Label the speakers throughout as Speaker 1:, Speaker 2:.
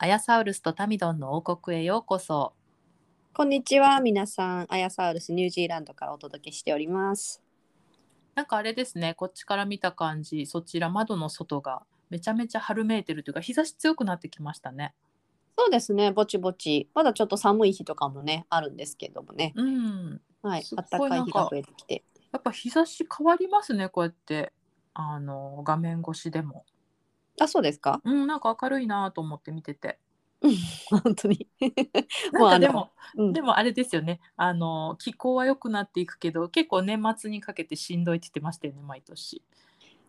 Speaker 1: アヤサウルスとタミドンの王国へようこそ
Speaker 2: こんにちは、皆さん。アヤサウルスニュージーランドからお届けしております。
Speaker 1: なんかあれですねこっちから見た感じそちら窓の外がめちゃめちゃ春めいてるというか日差し強くなってきましたね
Speaker 2: そうですね、ぼちぼち。まだちょっと寒い日とかもね、あるんですけどもね。
Speaker 1: うん
Speaker 2: はい、
Speaker 1: すっ
Speaker 2: あったかい
Speaker 1: ごい
Speaker 2: 日
Speaker 1: なん
Speaker 2: が
Speaker 1: か
Speaker 2: 増えてきて。
Speaker 1: やっぱ日差し変わりますねこうやってあの画面越しでも
Speaker 2: あ、そうですか
Speaker 1: うんなんか明るいなと思って見てて
Speaker 2: 本当に。
Speaker 1: なんかで
Speaker 2: もうあ
Speaker 1: も
Speaker 2: うん
Speaker 1: でもあれですよねあの気候は良くなっていくけど結構年末にかけてしんどいって言ってましたよね毎年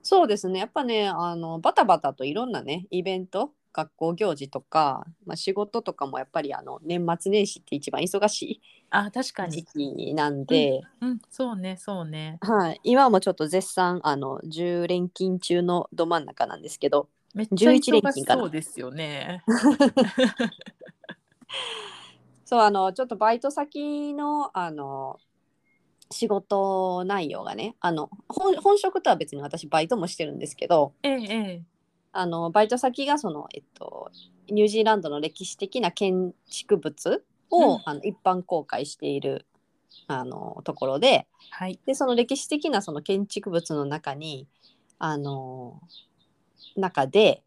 Speaker 2: そうですね、やっぱね、あのバタバタといろんなね、イベント、学校行事とか、まあ、仕事とかもやっぱりあの年末年始って一番忙し
Speaker 1: あ確か
Speaker 2: い時
Speaker 1: に
Speaker 2: 期なんで、
Speaker 1: うんそうねそうね
Speaker 2: はい、今もちょっと絶賛あの10連勤中のど真ん中なんですけど、
Speaker 1: めっちゃ
Speaker 2: 11連
Speaker 1: 忙し
Speaker 2: 勤かな
Speaker 1: そうですよ ね
Speaker 2: そうあのちょっとバイト先のあの仕事内容がねあの本本職とは別に私バイトもしてるんですけど
Speaker 1: えええ
Speaker 2: あのバイト先がその、えっと、ニュージーランドの歴史的な建築物を、
Speaker 1: うん
Speaker 2: あの一般公開しているあのところで
Speaker 1: えはい
Speaker 2: でその歴史的なその建築物の中にあの中で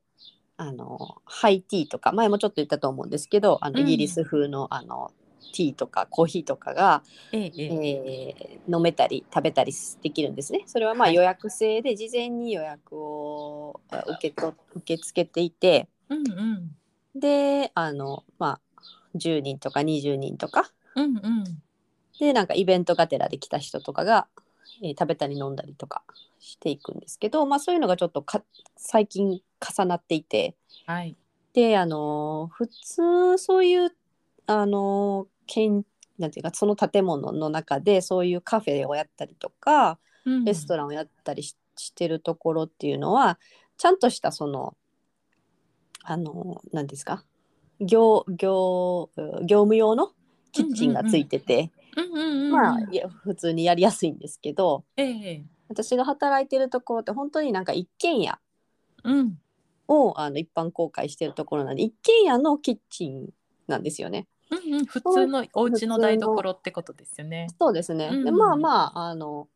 Speaker 2: あのハイティーとか前もちょっと言ったと思うんですけどあの
Speaker 1: うん
Speaker 2: イギリス風の,、あのティーとかコーヒーとかが、
Speaker 1: ええええ
Speaker 2: えー飲めたり食べたりできるんですね。それはまあ
Speaker 1: はい
Speaker 2: 予約制で事前に予約をあ受けと受け付けていて
Speaker 1: うんうん
Speaker 2: であの、まあ、10人とか20人とか
Speaker 1: うんうん
Speaker 2: でなんかイベントがてらで来た人とかが、えー食べたり飲んだりとかしていくんですけど、まあ、そういうのがちょっとか最近重なっていて
Speaker 1: はい
Speaker 2: で、あのー普通そういう、あのーけんなんていうかその建物の中でそういうカフェをやったりとかレスト
Speaker 1: ラ
Speaker 2: ランをやったりししてるところっていうのはちゃんとしたその、あのーなんですか業業業務用のキッチンがついてて。
Speaker 1: ン、うんうんうんうん、
Speaker 2: まあ、いや普通にやりやすいんですけど
Speaker 1: ええ
Speaker 2: 私が働いてるところって本当になんか一軒家
Speaker 1: うん
Speaker 2: をあの一般公開してるところなんで一軒家のキッチンなんですよね。
Speaker 1: うんうん、普通のお家の台所ってことですよね。
Speaker 2: そうですね、
Speaker 1: うん
Speaker 2: でまあまああの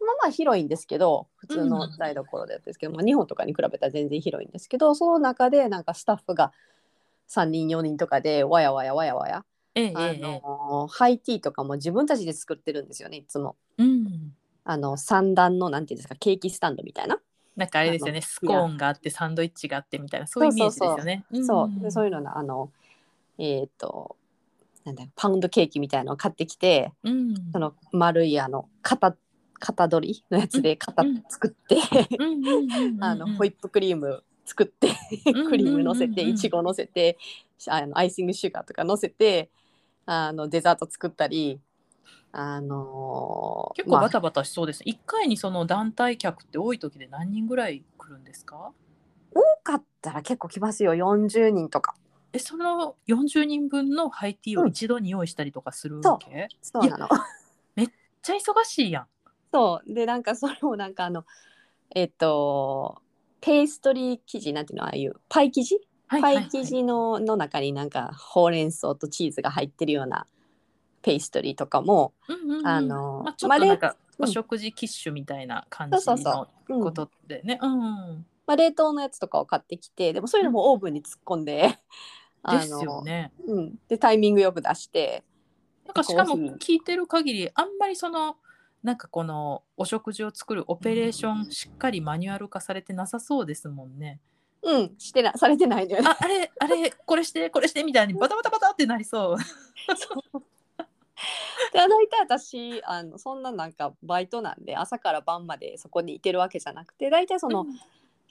Speaker 2: まあまあ広いんですけど普通の台所でですけど、まあ、日本とかに比べたら全然広いんですけどその中でなんかスタッフが3人4人とかでわやわやわやわや、
Speaker 1: えええ
Speaker 2: あ
Speaker 1: え
Speaker 2: のハイティーとかも自分たちで作ってるんですよねいつも。
Speaker 1: うん。
Speaker 2: あの三段のなんていうんですかケーキスタンドみたいな。
Speaker 1: なんかあれですよね、スコーンがあってサンドイッチがあってみたいなそういうイメージですよね。
Speaker 2: そうでそう
Speaker 1: い
Speaker 2: いうののあのえっ、となんだろうパウンドケーキみたいなのを買ってきて
Speaker 1: うん。
Speaker 2: その丸いあの型型取りのやつで型
Speaker 1: うん
Speaker 2: 作って、
Speaker 1: うんうんうんうんうん、
Speaker 2: あのホイップクリーム作って、
Speaker 1: ん
Speaker 2: クリーム乗せて
Speaker 1: うんうんうん
Speaker 2: いちご乗せてあのアイシングシュガーとか乗せてあのデザート作ったり。あのー
Speaker 1: 結構
Speaker 2: まあ
Speaker 1: バタバタしそうです。一回にその団体客って多い時で何人ぐらい来るんですか？
Speaker 2: 多かったら結構来ますよ40人とか
Speaker 1: え、その40人分のハイティーを一度に用意したりとかするわけ？めっ
Speaker 2: そうなの
Speaker 1: ちゃ忙しいやん。
Speaker 2: そうでなんかそれもなんかあのえっとペーストリー生地なんていうのああいうパイ生地、
Speaker 1: はいはいはい
Speaker 2: パイ生地のの中になんかほうれん草とチーズが入ってるようなペーストリーとかも、
Speaker 1: うんうんうん
Speaker 2: あの
Speaker 1: まあ、ちょっとなんか
Speaker 2: うん
Speaker 1: お食事キッシュみたいな感じ
Speaker 2: そうそう
Speaker 1: の
Speaker 2: そうん
Speaker 1: こ
Speaker 2: ま
Speaker 1: とでね。うん。
Speaker 2: あ、冷凍のやつとかを買ってきてでもそういうのもオーブンに突っ込んで、あの
Speaker 1: ですよね。
Speaker 2: うん、でタイミングよく出して
Speaker 1: なんかしかも
Speaker 2: コーヒー
Speaker 1: 聞いてる限りあんまりそのなんかこのお食事を作るオペレーションしっかりマニュアル化されてなさそうですもんね。
Speaker 2: うんしてなされてないのよね。
Speaker 1: ああれあれこれしてこれしてみたいにバタバタバタってなりそう。
Speaker 2: で大体私あのそんななんかバイトなんで朝から晩までそこにいてるわけじゃなくて大体その、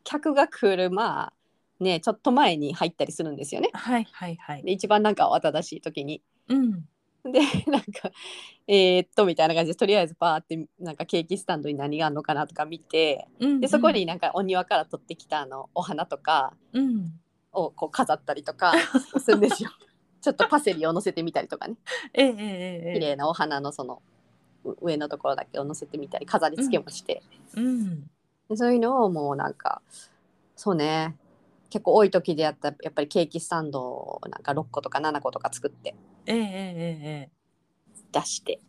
Speaker 2: 客が来るまあねちょっと前に入ったりするんですよね。
Speaker 1: はいはいはい。
Speaker 2: で一番なんか慌ただしい時に。
Speaker 1: うん。
Speaker 2: で なんかえーっとみたいな感じでとりあえずパーってなんかケーキスタンドに何があるのかなとか見て
Speaker 1: うん
Speaker 2: でそこ。になんかお庭から取ってきたあのお花とか
Speaker 1: うん。
Speaker 2: をこう飾ったりとかするんですよ。ちょっとパセリを乗せてみたりとかね
Speaker 1: ええええええ。
Speaker 2: 綺麗なお花のそのう上のところだけを乗せてみたり飾り付けもして、
Speaker 1: うん。
Speaker 2: でそういうのをもうなんかそうね結構多い時でやったやっぱりケーキスタンドをなんか6個とか7個とか作って
Speaker 1: えええええ
Speaker 2: 出して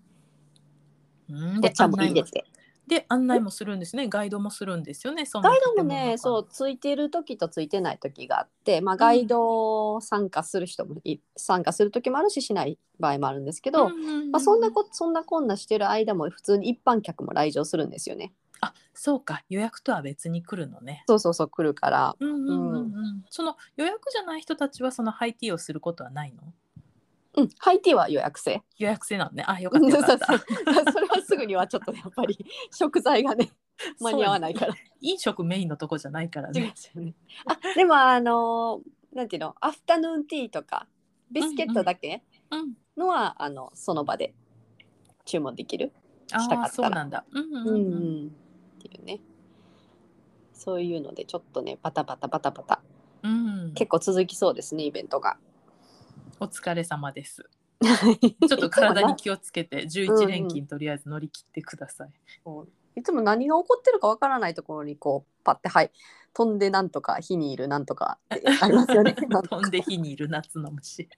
Speaker 1: え。うん
Speaker 2: お茶も入れ
Speaker 1: 案内
Speaker 2: て
Speaker 1: で案内もするんですね。ガイドもするんですよね。その
Speaker 2: ガイドもね
Speaker 1: 建物
Speaker 2: そ
Speaker 1: の
Speaker 2: うついてる時とついてない時があって、まあ、ガイド参加する人もい参加する時もあるししない場合もあるんですけど、
Speaker 1: 中。うんうんうん
Speaker 2: まあ、そんなこそんなこんなしてる間も普通に一般客も来場するんですよね。
Speaker 1: あそうか予約とは別に来るのね。
Speaker 2: そうそうそう来るから
Speaker 1: うんうんうんうん。その予約じゃない人たちはそのハイティーをすることはないの？
Speaker 2: うんハイティーは予約制。
Speaker 1: 予約制なのね。あよ
Speaker 2: そ
Speaker 1: かっ
Speaker 2: う
Speaker 1: た
Speaker 2: そう
Speaker 1: よか
Speaker 2: そ
Speaker 1: っ
Speaker 2: う
Speaker 1: た。
Speaker 2: それはすぐにはちょっとやっ ぱり食材がね間に合わないから。
Speaker 1: 飲食メインのとこじゃないから
Speaker 2: 違いま
Speaker 1: ね。
Speaker 2: すよね。あでもあのなんていうのアフタヌーンティーとかビスケットだけ
Speaker 1: うん。
Speaker 2: のは、あのその場で注文できる。
Speaker 1: あ
Speaker 2: したかったら
Speaker 1: ーそうなんだ。うん
Speaker 2: う
Speaker 1: うんん
Speaker 2: うん
Speaker 1: うん。
Speaker 2: っていうね。そういうのでちょっとねバタバタバタバタ
Speaker 1: うん、
Speaker 2: 結構続きそうですねイベントが。
Speaker 1: お疲れ様です。
Speaker 2: ちょ
Speaker 1: ちょっと体に気をつけて11連勤とりあえず乗り切ってください。
Speaker 2: いつも何が起こってるかわからないところにこうパッてはい飛んでなんとか火にいるなんとかってありますよ ね。
Speaker 1: 飛んで火にいる夏の虫。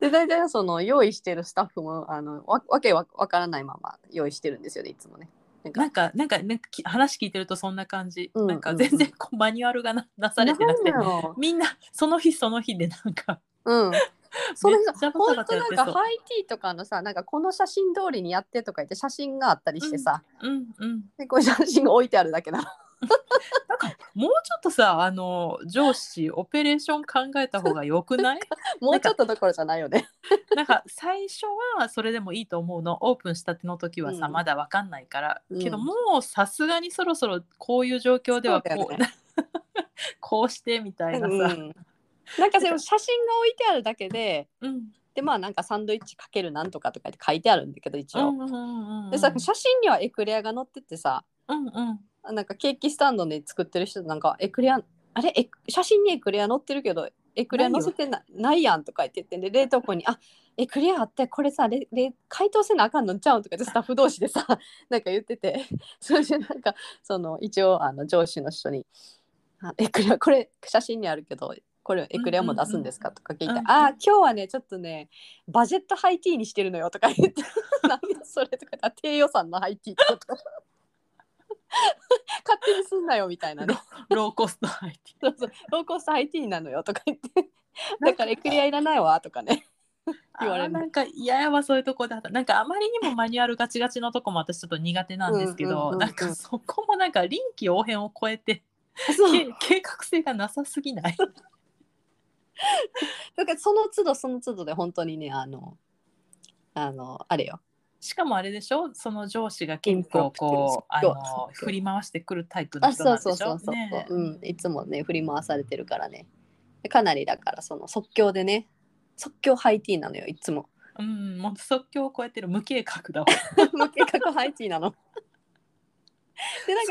Speaker 2: で大体その用意してるスタッフもあのわわけわわからないまま用意してるんですよねいつもね。なん
Speaker 1: な
Speaker 2: か
Speaker 1: んかなんかなんかき話聞いてるとそんな感じ。
Speaker 2: うんうん
Speaker 1: なんか全然こうマニュアルがななされてなくて
Speaker 2: んだろ
Speaker 1: みんなその日その日でなんか
Speaker 2: ううん。 その
Speaker 1: めっちゃ
Speaker 2: 人
Speaker 1: バタ
Speaker 2: 本
Speaker 1: バタ
Speaker 2: 当
Speaker 1: や
Speaker 2: な
Speaker 1: っ
Speaker 2: ん
Speaker 1: て
Speaker 2: か
Speaker 1: そう。
Speaker 2: ハイティーとかのさなんかこの写真通りにやってとか言って写真があったりしてさ、
Speaker 1: うんうん。
Speaker 2: でこういう写真が置いてあるだけなの。
Speaker 1: もうちょっとさあの上司オペレーション考えた方が良 くない？
Speaker 2: もうちょっとどころじゃないよね。
Speaker 1: なんか最初はそれでもいいと思うのオープンしたての時はさ、
Speaker 2: うん
Speaker 1: まだわかんないから、
Speaker 2: うん
Speaker 1: けどもうさすがにそろそろこういう状況では
Speaker 2: そうだ
Speaker 1: こ
Speaker 2: よ
Speaker 1: う,、
Speaker 2: ね
Speaker 1: こうしてみたいな
Speaker 2: うん
Speaker 1: さ、
Speaker 2: なんかその写真が置いてあるだけで
Speaker 1: うん
Speaker 2: でまあなんかサンドイッチかけるなんとかとかって書いてあるんだけど一
Speaker 1: う
Speaker 2: 応。
Speaker 1: んうんうんうん
Speaker 2: でさ写真にはエクレアが載っててさ
Speaker 1: うんうん
Speaker 2: なんかケーキスタンドで作ってる人なんかエクレアあれエク写真にエクレア載ってるけどエクレア載せてなないやんとか言っててで冷凍庫に「あエクレアあってこれされれ解凍せなあかんのちゃうん」とか言ってスタッフ同士でさ なんか言ってて それでなんかその一応あの上司の人に「あエクレアこれ写真にあるけどこれエクレアも出すんですか?」とか聞いて「
Speaker 1: うんうんうん
Speaker 2: ああ今日はねちょっとねバジェットハイティーにしてるのよ」とか言って 「なんでそれ?」とか言ってあ低予算のハイティー」と か。勝手にすんなよみたいなね
Speaker 1: ローコスト IT
Speaker 2: そうそうローコスト IT なのよとか言ってだからエクレアいらないわとかね言われ
Speaker 1: あー
Speaker 2: る
Speaker 1: なんか嫌やわそういうとこで働なんかあまりにもマニュアルガチガチのとこも私ちょっと苦手なんですけ
Speaker 2: うんうん
Speaker 1: ど、
Speaker 2: うんうん
Speaker 1: なんかそこもなんか臨機応変を超えて
Speaker 2: そう
Speaker 1: け計画性がなさすぎない
Speaker 2: だからその都度その都度で本当にねあのあのあれよ
Speaker 1: しかもあれでしょその上司が結構こうあ
Speaker 2: インプロンプ
Speaker 1: の
Speaker 2: そうそう
Speaker 1: 振り回してくるタイプの
Speaker 2: あ
Speaker 1: 人
Speaker 2: そ
Speaker 1: な
Speaker 2: うん
Speaker 1: でしょ
Speaker 2: そうそうそう、
Speaker 1: ね
Speaker 2: うん、いつもね振り回されてるからねかなりだからその即興でね即興ハイティーなのよいつも
Speaker 1: うん、もう即興を超えてる無計画だわ
Speaker 2: 無計画ハイティーなのでなんか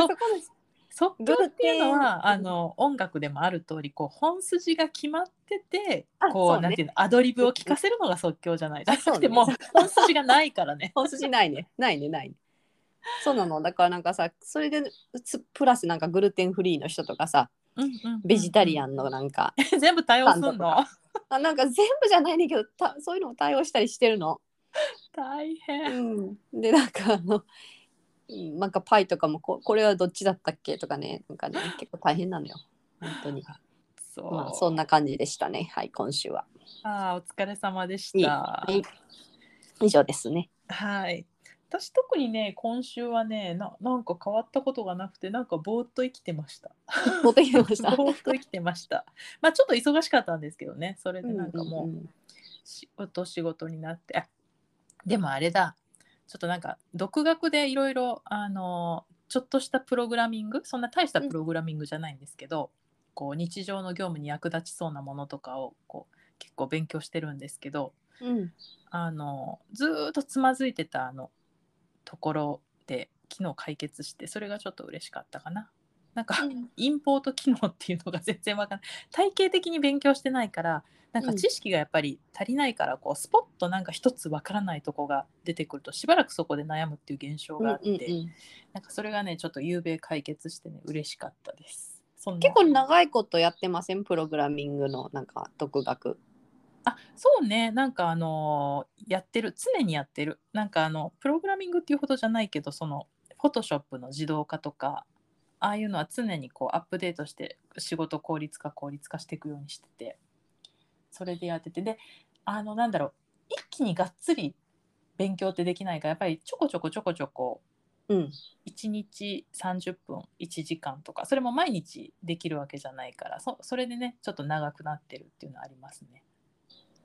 Speaker 2: そこの
Speaker 1: 即興っていうの
Speaker 2: グルテ
Speaker 1: は
Speaker 2: ン
Speaker 1: あの音楽でもある通りこう本筋が決まってて
Speaker 2: あ
Speaker 1: こう
Speaker 2: そうね
Speaker 1: なんていうのアドリブを聞かせるのが即興じゃないじゃな
Speaker 2: そう
Speaker 1: くて
Speaker 2: ね
Speaker 1: もう本筋がないか らね
Speaker 2: 本筋ないねないねないねそうなのだからなんかさそれでつプラスなんかグルテンフリーの人とかさ
Speaker 1: うんうんうん
Speaker 2: ベジタリアンのなんか、
Speaker 1: 全部対応すん
Speaker 2: パン
Speaker 1: の
Speaker 2: あなんか全部じゃないねんけどたそういうのも対応したりしてるの。
Speaker 1: 大変
Speaker 2: うん、でなんかあのうんなんかパイとかもここれはどっちだったっけとかねなんかね結構大変なのよ本当に。
Speaker 1: そう、
Speaker 2: まあそんな感じでしたねはい今週は。
Speaker 1: あーお疲れ様でし
Speaker 2: いい
Speaker 1: た
Speaker 2: はい以上です ね。
Speaker 1: はい。私特にね今週はねななんか変わったことがなくてなんかぼーっと生きてました。
Speaker 2: 持ってきてました。
Speaker 1: ぼーっと生きてました。まあちょっと忙しかったんですけどねそ れでなんかも
Speaker 2: う
Speaker 1: う
Speaker 2: んうん
Speaker 1: 仕事仕事になってあでもあれだちょっとなんか独学でいろいろあのちょっとしたプログラミングそんな大したプログラミングじゃないんですけど、こう日常の業務に役立ちそうなものとかをこう結構勉強してるんですけど
Speaker 2: うん
Speaker 1: あのずーっとつまずいてたあのところで機能解決してそれがちょっと嬉しかったかな。なんか、インポート機能っていうのが全然わかんない 体系的に勉強してないからなんか
Speaker 2: うん
Speaker 1: 知識がやっぱり足りないからこうスポッとなんか一つわからないとこが出てくるとしばらくそこで悩むっていう現象
Speaker 2: うんう
Speaker 1: が
Speaker 2: ん
Speaker 1: あって、
Speaker 2: うん
Speaker 1: なんかそれがねちょっと夕べ解決してね嬉しかったです。そんな
Speaker 2: 結構長いことやってませんプログラミングのなんか独学
Speaker 1: あそうねなんかあのーやってる常にやってるなんかあのプログラミングっていうほどじゃないけどそのフォトショップの自動化とかああいうのは常にこうアップデートして仕事効率化効率化していくようにしててそれでやっててであのなんだろう一気にがっつり勉強ってできないからやっぱりちょこちょこちょこちょこ
Speaker 2: うん
Speaker 1: 1日30分1時間とかそれも毎日できるわけじゃないからそそれでねちょっと長くなってるっていうのはありますね。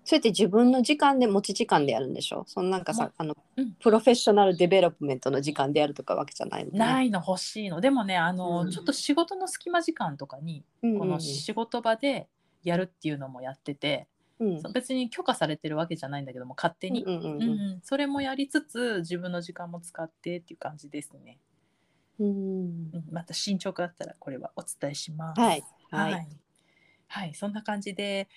Speaker 2: それって自分の時間で持ち時間でやるんでしょそのなんかさ、
Speaker 1: ま
Speaker 2: あの
Speaker 1: うん
Speaker 2: プロフェッショナルデベロップメントの時間でやるとかわけじゃないのね
Speaker 1: ないの欲しいのでもねあの、
Speaker 2: うん
Speaker 1: ちょっと仕事の隙間時間とかに
Speaker 2: うんうん
Speaker 1: この仕事場でやるっていうのもやってて、
Speaker 2: うん
Speaker 1: そう別に許可されてるわけじゃないんだけども勝手に、
Speaker 2: うんう
Speaker 1: うんん
Speaker 2: うん
Speaker 1: それもやりつつ自分の時間も使ってっていう感じですね、
Speaker 2: うん
Speaker 1: うん、また進捗あったらこれはお伝えします
Speaker 2: はい
Speaker 1: は、
Speaker 2: はいい、
Speaker 1: はいそんな感じで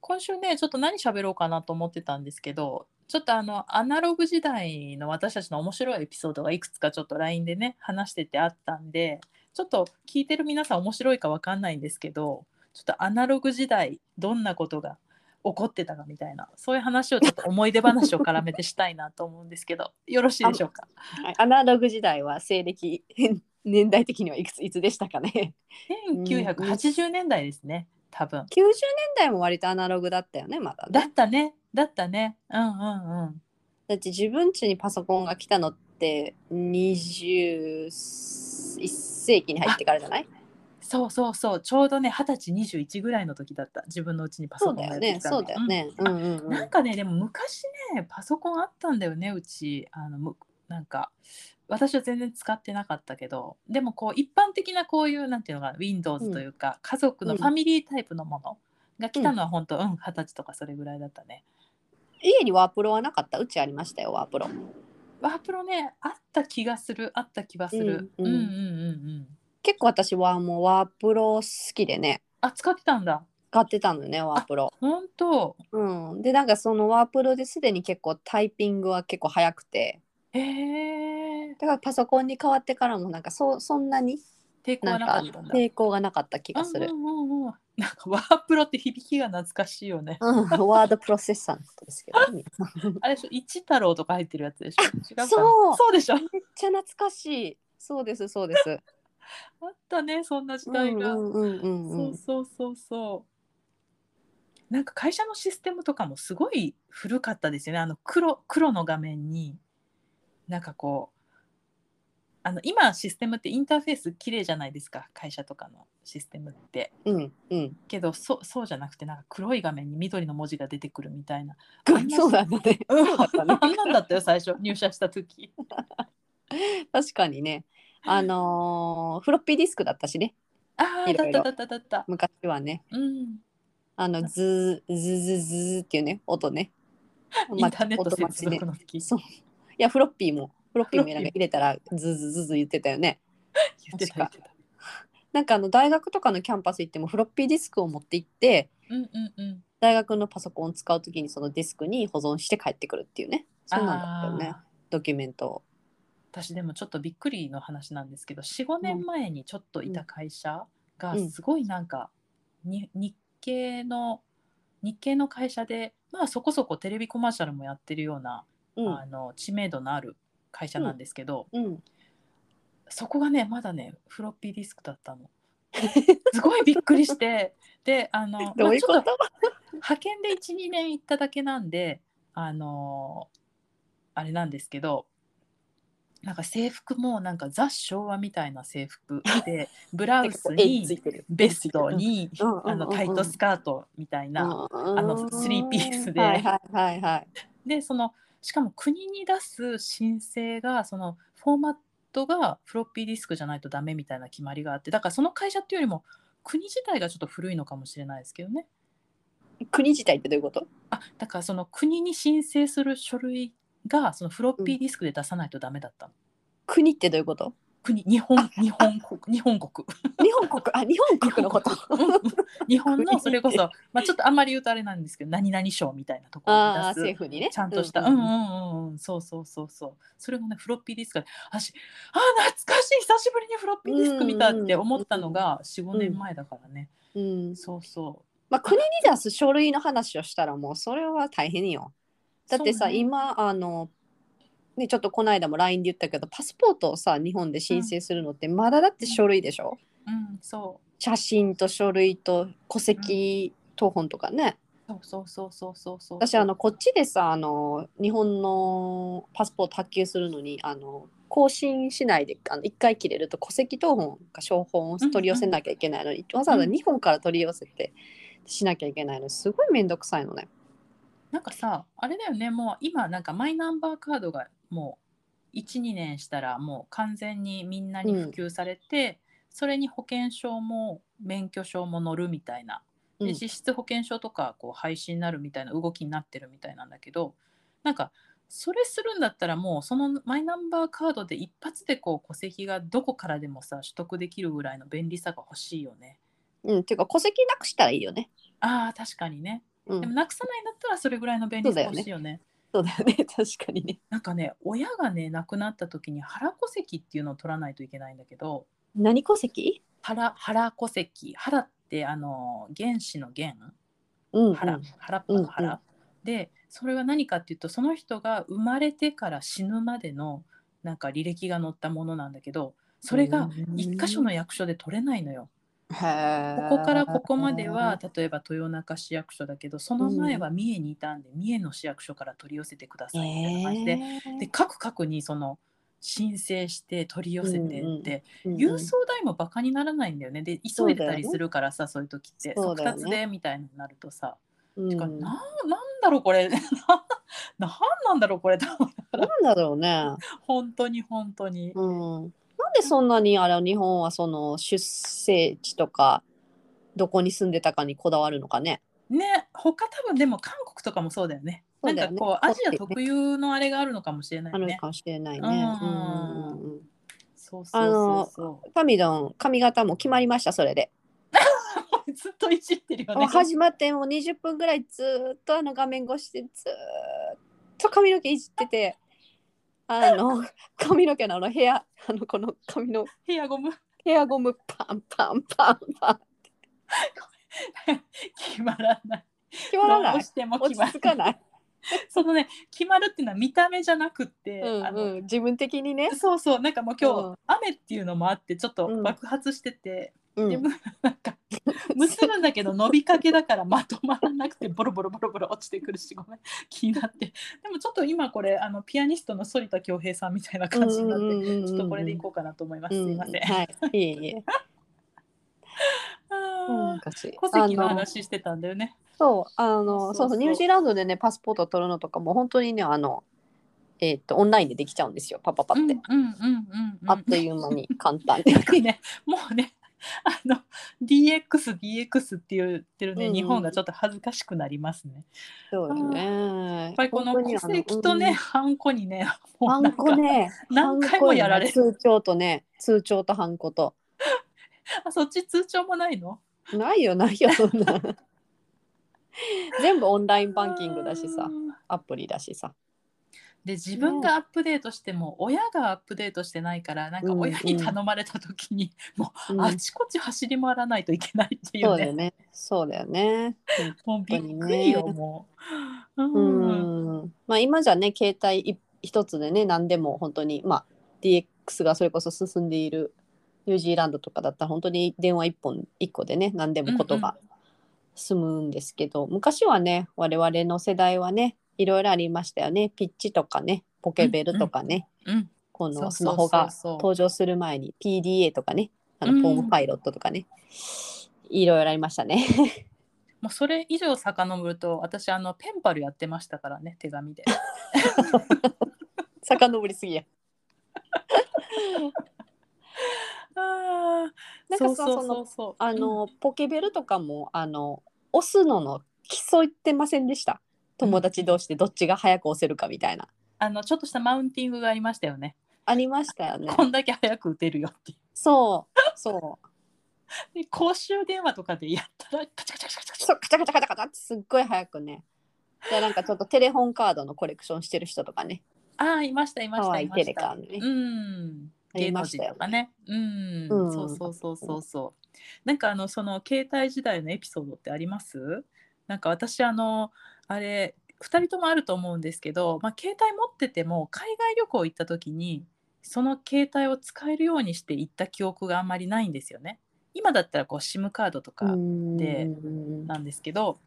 Speaker 1: 今週ねちょっと何喋ろうかなと思ってたんですけどちょっとあのアナログ時代の私たちの面白いエピソードがいくつかちょっと LINE でね話しててあったんでちょっと聞いてる皆さん面白いかわかんないんですけどちょっとアナログ時代どんなことが起こってたかみたいなそういう話をちょっと思い出話を絡めてしたいなと思うんです けどよろしいでしょうか
Speaker 2: はいアナログ時代は西暦年代的にはいくついつでしたかね
Speaker 1: 1980年代ですね多分
Speaker 2: 90年代も割とアナログだったよねまだね
Speaker 1: だったねだったねうんうんうん
Speaker 2: だって自分家にパソコンが来たのって21世紀に入ってからじゃない
Speaker 1: そうそうそうちょうどね二十歳21ぐらいの時だった自分のうちにパソ
Speaker 2: そ
Speaker 1: コ
Speaker 2: うだよ
Speaker 1: ンやって
Speaker 2: ね
Speaker 1: きたの
Speaker 2: そうだよねうんうん
Speaker 1: う
Speaker 2: うん
Speaker 1: んなんかねでも昔ねパソコンあったんだよねうちあのむなんか私は全然使ってなかったけどでもこう一般的なこういうなんていうのかな Windows というか、家族の
Speaker 2: うん
Speaker 1: ファミリータイプのものが来たのは本当うん二十歳とかそれぐらいだったね
Speaker 2: 家にワープロはなかったうちありましたよワープロ
Speaker 1: ワープロねあった気がするあった気がする、
Speaker 2: うん
Speaker 1: う、
Speaker 2: うんん
Speaker 1: うんうんうん
Speaker 2: 結構私はもうワープロ好きでね
Speaker 1: あ使ってたんだ
Speaker 2: 買ってたのよねワープロ、
Speaker 1: 本当
Speaker 2: うん、でなんかそのワープロですでに結構タイピングは結構早くて
Speaker 1: へえ
Speaker 2: だからパソコンに変わってからもなんかそそんなに
Speaker 1: 抵抗
Speaker 2: な
Speaker 1: は
Speaker 2: ん
Speaker 1: なか
Speaker 2: か
Speaker 1: ったんだ
Speaker 2: 抵抗がなかった気がする
Speaker 1: う、んうんうんうんなんかワープロって響きが懐かしいよね。
Speaker 2: うん、ワードプロセッサーのことですけどね、
Speaker 1: あれでしょ、一太郎とか入ってるやつでしょ。違うかな
Speaker 2: そう
Speaker 1: そうでしょ。あ
Speaker 2: めっちゃ懐かしいそうですそうです
Speaker 1: ったね、そんな時
Speaker 2: うん
Speaker 1: 代が。
Speaker 2: うんうんうんうん
Speaker 1: そうそうそうそう。なんか会社のシステムとかもすごい古かったですよね。あの黒黒の画面になんかこう。あの今システムってインターフェース綺麗じゃないですか会社とかのシステムって
Speaker 2: うんうん
Speaker 1: けどそそうじゃなくてなんか黒い画面に緑の文字が出てくるみたいな
Speaker 2: う
Speaker 1: あん
Speaker 2: ん
Speaker 1: な
Speaker 2: そうだね
Speaker 1: うん
Speaker 2: そうだったね
Speaker 1: あんなんだったよ最初入社した時
Speaker 2: 確かにねあのーフロッピーディスクだったしね
Speaker 1: ああ
Speaker 2: い
Speaker 1: だ
Speaker 2: ろ
Speaker 1: っ
Speaker 2: い
Speaker 1: た
Speaker 2: ろ
Speaker 1: だっただった
Speaker 2: 昔はね
Speaker 1: うん
Speaker 2: あのズーズーズーズーっていうね音ね。
Speaker 1: インターネット
Speaker 2: 音
Speaker 1: 接
Speaker 2: 待ちね
Speaker 1: 続の時
Speaker 2: そう。いやフロッピーもフロッピーも
Speaker 1: フロッピー
Speaker 2: なんか入れたらズーズーズーズー言ってたよね。
Speaker 1: 言ってた言ってた
Speaker 2: なんかあの大学とかのキャンパス行ってもフロッピーディスクを持って行って
Speaker 1: うんうんうん
Speaker 2: 大学のパソコンを使うときにそのディスクに保存して帰ってくるっていうね。そうなんだったよね
Speaker 1: あ。
Speaker 2: ドキュメントを。
Speaker 1: ー私でもちょっとびっくりの話なんですけど45年前にちょっといた会社が
Speaker 2: うん
Speaker 1: すごいなんか、に日系の日系の会社でまあそこそこテレビコマーシャルもやってるような、
Speaker 2: うん
Speaker 1: あの知名度のある会社なんですけど、
Speaker 2: うん。
Speaker 1: そこがねまだねフロッピーディスクだっ たのすごいびっくりしてであの
Speaker 2: どういうこ
Speaker 1: ま
Speaker 2: と
Speaker 1: あちょっ？派遣で12年行っただけなんであのーあれなんですけどなんか制服もなんかザ昭和みたいな制服 でブラウ
Speaker 2: なんかこ
Speaker 1: ス
Speaker 2: う絵つい
Speaker 1: に
Speaker 2: てる。
Speaker 1: ベストに
Speaker 2: うんうんうんうん
Speaker 1: あのタイトスカートみたいな、
Speaker 2: あ
Speaker 1: のスリーピースで
Speaker 2: はいはいはいはい。
Speaker 1: でそのしかも国に出す申請がそのフォーマットがフロッピーディスクじゃないとダメみたいな決まりがあってだからその会社っていうよりも国自体がちょっと古いのかもしれないですけどね
Speaker 2: 国自体ってどういうこと
Speaker 1: あだからその国に申請する書類がそのフロッピーディスクで出さないとダメだったの、
Speaker 2: 国ってどういうこと
Speaker 1: 国日本日本国日本国
Speaker 2: 日本国あ日本国のこと
Speaker 1: 日本のそれこそ、まあ、ちょっとあんまり言うとあれなんですけど何々賞みたいなところ
Speaker 2: ああ
Speaker 1: を出す
Speaker 2: 政府にね
Speaker 1: ちゃんとした、
Speaker 2: う
Speaker 1: うん
Speaker 2: う
Speaker 1: んうんん
Speaker 2: うん
Speaker 1: うんうん、そうそうそうそう。それがね、フロッピーディスクで、あし、あー、懐かしい、久しぶりにフロッピーディスク見たって思ったのが4、5年前だからね。
Speaker 2: うん
Speaker 1: そうそう。
Speaker 2: まあ、国に出す書類の話をしたらもうそれは大変よだってさ、
Speaker 1: そうね
Speaker 2: 今あのねちょっとこの間も LINE で言ったけどパスポートをさ日本で申請するのってまだだって書類でしょ、
Speaker 1: うん、そ
Speaker 2: 写真と書類と戸籍謄本とかね、
Speaker 1: う。そうそうそうそうそうそう。
Speaker 2: 私あのこっちでさあの日本のパスポート発給するのにあの更新しないであの1回切れると戸籍謄本か証本を取り寄せなきゃいけないのに、わざわざ日本から取り寄せてしなきゃいけないのにすごい面倒くさいのね。
Speaker 1: なんかさ、あれだよね、もう今、なんかマイナンバーカードがもう1、2年したら、もう完全にみんなに普及されて、それに保険証も免許証も乗るみたいな。
Speaker 2: う
Speaker 1: で
Speaker 2: ん
Speaker 1: 実質保険証とかこう廃止になるみたいな動きになってるみたいなんだけどなんかそれするんだったらもうそのマイナンバーカードで一発でこう戸籍がどこからでもさ取得できるぐらいの便利さが欲しいよね。
Speaker 2: うん、ていうか戸籍なくしたらいいよね。
Speaker 1: あー確かにね。
Speaker 2: う
Speaker 1: でも
Speaker 2: ん、
Speaker 1: なくさないんだったらそれぐらいの便利さが欲しいよね。
Speaker 2: そうだよね 確かにね。
Speaker 1: なんかね親がね亡くなった時に原戸籍っていうのを取らないといけないんだけど
Speaker 2: 何戸籍
Speaker 1: 原原戸籍原ってあの原子の原
Speaker 2: うん、うん、
Speaker 1: 腹腹っぱの腹、
Speaker 2: うんうん
Speaker 1: でそれは何かっていうとその人が生まれてから死ぬまでのなんか履歴が載ったものなんだけどそれが一箇所の役所で取れないのよ。
Speaker 2: へ
Speaker 1: ここからここまでは例えば豊中市役所だけどその前は三重にいたんで三重の市役所から取り寄せてくだ
Speaker 2: え
Speaker 1: さいみたいな感じで,、で各各にその申請して取り寄せてって、
Speaker 2: うんうん
Speaker 1: 郵送代もバカにならないんだよねで
Speaker 2: そう
Speaker 1: 急
Speaker 2: だ
Speaker 1: い
Speaker 2: よね
Speaker 1: でたりするからさそう,、いう時って
Speaker 2: そうだよね
Speaker 1: 速達でみたいになるとさ、
Speaker 2: うん
Speaker 1: てかなんなんだろうこれ ななんなんだろうこれ
Speaker 2: なんだろうね。
Speaker 1: 本当に本当に、
Speaker 2: うん、なんでそんなにあれ日本はその出生地とかどこに住んでたかにこだわるのかね。
Speaker 1: ね他多分でも韓国とかもそうだよね
Speaker 2: そうだ
Speaker 1: な
Speaker 2: よ
Speaker 1: ん
Speaker 2: ね
Speaker 1: かこうアジ
Speaker 2: そ
Speaker 1: ア
Speaker 2: うだよね
Speaker 1: 特有のあれがあるのかもしれない
Speaker 2: ある
Speaker 1: ね
Speaker 2: かもしれないね。
Speaker 1: うん
Speaker 2: うんうんうん
Speaker 1: そうそうそうそ
Speaker 2: パミドン髪型も決まりましたそれで。
Speaker 1: う ずっといじってるよ
Speaker 2: もう
Speaker 1: ね
Speaker 2: 始まってもう20分ぐらいずーっとあの画面越しでずーっと髪の毛いじってて。あ の髪の毛のあのヘアあのこの髪の
Speaker 1: ヘアゴム
Speaker 2: ヘアゴムパンパンパンパン
Speaker 1: 決まらない
Speaker 2: 決まらな
Speaker 1: どう
Speaker 2: い
Speaker 1: しても
Speaker 2: 落
Speaker 1: 決ま
Speaker 2: ち着か
Speaker 1: らない
Speaker 2: ない、
Speaker 1: そのね決まるっていうのは見た目じゃなくって、 あ
Speaker 2: うん
Speaker 1: の
Speaker 2: うん、自分的にね、
Speaker 1: そうそうなんかもう今日、
Speaker 2: うん
Speaker 1: 雨っていうのもあってちょっと
Speaker 2: うん
Speaker 1: 爆発してて、
Speaker 2: うん
Speaker 1: でもな んか結ぶんだけど伸びかけだからまとまらなくてボロボロボロボロ落ちてくるしごめん 気になってでもちょっと今これあのピアニストの反田恭平さんみたいな感じになって、ちょっとこれでいこうかなと思います、すいません、
Speaker 2: うんはい、いえいえ。
Speaker 1: あー
Speaker 2: 昔
Speaker 1: 戸籍の
Speaker 2: あの
Speaker 1: 話してたんだよね
Speaker 2: そう、あの、そ
Speaker 1: そうそうう
Speaker 2: そう、ニュージーランドでね、パスポート取るのとかも、本当にね、あの。えっ、と、オンラインでできちゃうんですよ、パパパって。
Speaker 1: うんうんうんうんうん
Speaker 2: あっという間に簡単 に。
Speaker 1: すごいねもうねあの DXDX って言ってるね、
Speaker 2: うん
Speaker 1: 日本がちょっと恥ずかしくなりますね
Speaker 2: そうよね。や
Speaker 1: やっぱりこの戸籍とね、ハンコにね、も
Speaker 2: ハ
Speaker 1: うな
Speaker 2: ン
Speaker 1: ん
Speaker 2: コ
Speaker 1: か、
Speaker 2: ね、
Speaker 1: 何回もやられる
Speaker 2: ハンコよね通帳とね、通帳とハンコと。
Speaker 1: あそっち通帳もないの
Speaker 2: ないよ、ないよ、そん な。全部オンラインバンキングだし
Speaker 1: あ
Speaker 2: さ
Speaker 1: ー、
Speaker 2: アプリだしさ。
Speaker 1: で、自分がアップデートしても、親がアップデートしてないから、なんか親に頼まれた時に、も
Speaker 2: う
Speaker 1: うんあちこち走り回らないといけないってい
Speaker 2: そううだよ
Speaker 1: ね、
Speaker 2: ね。そうだよね。
Speaker 1: もうびっくりよ、
Speaker 2: 本当にね
Speaker 1: もう。うん
Speaker 2: うんまあ、今じゃね携帯一一つでね何でも本当にまあ DX がそれこそ進んでいるニュージーランドとかだったら本当に電話一本一個でね何でもことが済むんですけど、昔はね我々の世代はねいろいろありましたよねピッチとかねポケベルとかね、
Speaker 1: うん、
Speaker 2: このスマホが
Speaker 1: そうそうそう
Speaker 2: 登場する前に PDA とかねあの
Speaker 1: うん
Speaker 2: ポームパイロットとかね、いろいろありましたね。
Speaker 1: もうそれ以上遡ると、私、あの、ペ ンパルやってましたからね、手紙で。
Speaker 2: 遡りすぎや。
Speaker 1: あー
Speaker 2: なん
Speaker 1: そ
Speaker 2: か
Speaker 1: う
Speaker 2: さ
Speaker 1: そ
Speaker 2: そ
Speaker 1: う
Speaker 2: の
Speaker 1: そうそう
Speaker 2: あの、ポケベルとかもあの押すのの競ってませんでした友達同士でどっちが早く押せるかみたいな、
Speaker 1: あのちょっとしたマウンティングがありましたよね。
Speaker 2: ありましたよね
Speaker 1: こんだけ早く打てるよってい
Speaker 2: そうそう
Speaker 1: う。で公衆電話とかでやったらカチャカチャカチャカチャ
Speaker 2: そうカチャカチャカチャカチャってすっごい早くねでなんかちょっとテレホンカードのコレクションしてる人とかね
Speaker 1: ああいましたいまし
Speaker 2: 可
Speaker 1: たい
Speaker 2: 愛い
Speaker 1: ま
Speaker 2: テ
Speaker 1: し
Speaker 2: レ
Speaker 1: た。
Speaker 2: カンね
Speaker 1: うん。
Speaker 2: あり
Speaker 1: 芸能
Speaker 2: まし
Speaker 1: 人
Speaker 2: たよ
Speaker 1: とかね。うん。
Speaker 2: うん
Speaker 1: そうそうそうそうそう。なんかあのその携帯時代のエピソードってあります？なんか私あのあれ二人ともあると思うんですけど、まあ携帯持ってても海外旅行行った時にその携帯を使えるようにして行った記憶があんまりないんですよね。今だったらこう SIM カードとかで
Speaker 2: うん
Speaker 1: なんですけど、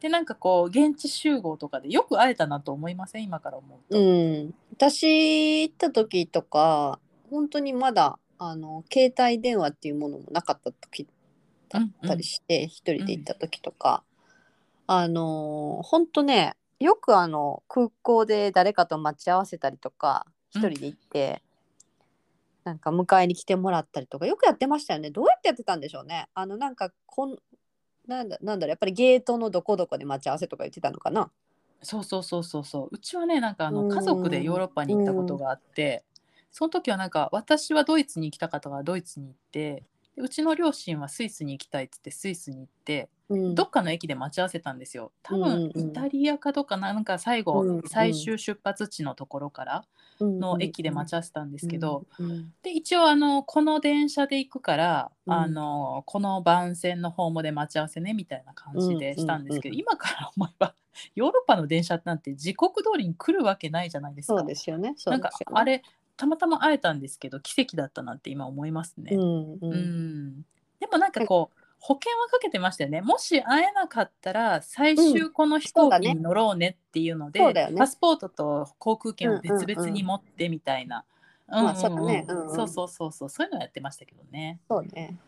Speaker 1: でなんかこう現地集合とかでよく会えたなと思いません今から思うと。
Speaker 2: うん、私行った時とか本当にまだあの携帯電話っていうものもなかった時だったりして、一人で行った時とか、あの本当ねよくあの空港で誰かと待ち合わせたりとか
Speaker 1: う
Speaker 2: 一
Speaker 1: ん
Speaker 2: 人で行って、なんか迎えに来てもらったりとかよくやってましたよねどうやってやってたんでしょうねあのなんかこんなんだなんだろうやっぱりゲートのどこどこで待ち合わせとか言ってたのかな。
Speaker 1: そうそうそうそうそううちはねなんかあの
Speaker 2: うん
Speaker 1: 家族でヨーロッパに行ったことがあって、その時はなんか私はドイツに行きたかったからドイツに行ってでうちの両親はスイスに行きたいっつってスイスに行って
Speaker 2: うん
Speaker 1: どっかの駅で待ち合わせたんですよ多
Speaker 2: うん
Speaker 1: 分
Speaker 2: うんうん
Speaker 1: イタリアかどっかななんか最後、
Speaker 2: うんうん
Speaker 1: 最終出発地のところからの駅で待ち合わせたんですけど、
Speaker 2: うんうん
Speaker 1: で一応あのこの電車で行くから、
Speaker 2: うん
Speaker 1: あのこの番線のホームで待ち合わせねみたいな感じでしたんですけど、
Speaker 2: うんう
Speaker 1: 今から思えば ヨーロッパの電車なんて時刻通りに来るわけないじゃないですか。
Speaker 2: そうですよね。
Speaker 1: なんかあれたまたま会えたんですけど奇跡だったなって今思います
Speaker 2: う
Speaker 1: ね。
Speaker 2: んう
Speaker 1: うん
Speaker 2: ん
Speaker 1: でもなんかこう保険はかけてましたよねもし会えなかったら最終この飛行機に乗ろうねっていうので、
Speaker 2: そうだよね
Speaker 1: パスポートと航空券を別々に持ってみたいな。うん
Speaker 2: うんまあそうだねうんうん
Speaker 1: そうそうそうそうそういうのやってましたけどね。
Speaker 2: そうね。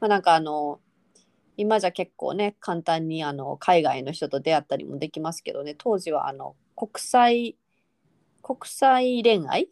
Speaker 2: まあなんかあの今じゃ結構ね簡単にあの海外の人と出会ったりもできますけどね当時はあの国際国際恋愛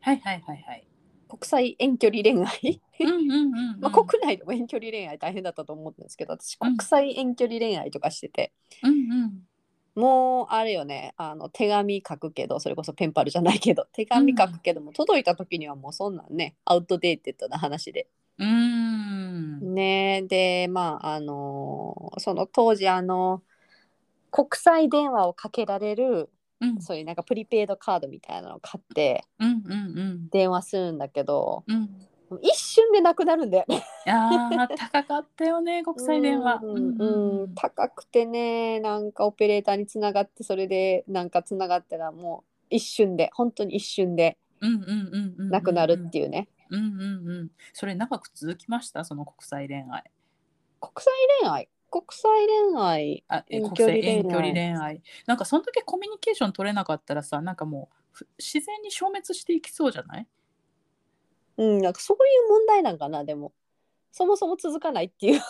Speaker 1: はいはいはいはい。
Speaker 2: 国際遠距離恋愛
Speaker 1: うんうんうんうん、
Speaker 2: まあ国内でも遠距離恋愛大変だったと思うんですけど私
Speaker 1: うん
Speaker 2: 国際遠距離恋愛とかしてて、
Speaker 1: うんうん
Speaker 2: もうあれよねあの手紙書くけどそれこそペンパルじゃないけど手紙書くけども、届いた時にはもうそんなんねアウトデーテッドな話で
Speaker 1: うーん。
Speaker 2: ねでまああのその当時あの国際電話をかけられる
Speaker 1: うん
Speaker 2: そういうなんかプリペイドカードみたいなのを買って
Speaker 1: うんうん
Speaker 2: 電話するんだけど
Speaker 1: うん。うん
Speaker 2: 一瞬でなくなるんだよね。
Speaker 1: あー高かったよね国際電話。
Speaker 2: うん
Speaker 1: う
Speaker 2: うん
Speaker 1: んうん
Speaker 2: 高くてねなんかオペレーターにつながってそれでなんかつながったらもう一瞬で本当に一瞬で
Speaker 1: うんうんうんうん。
Speaker 2: なくなるっていうね。
Speaker 1: うんうんうん。それ長く続きましたその国際恋愛。
Speaker 2: 国際恋愛国際恋愛
Speaker 1: あ、え
Speaker 2: 遠
Speaker 1: 国
Speaker 2: 距離
Speaker 1: 際
Speaker 2: 恋愛
Speaker 1: 遠距離恋愛。なんかその時コミュニケーション取れなかったらさ、なんかもうふ自然に消滅していきそうじゃ ない？
Speaker 2: うんなんかそういう問題なんかなでもそもそも続かないっていう
Speaker 1: あ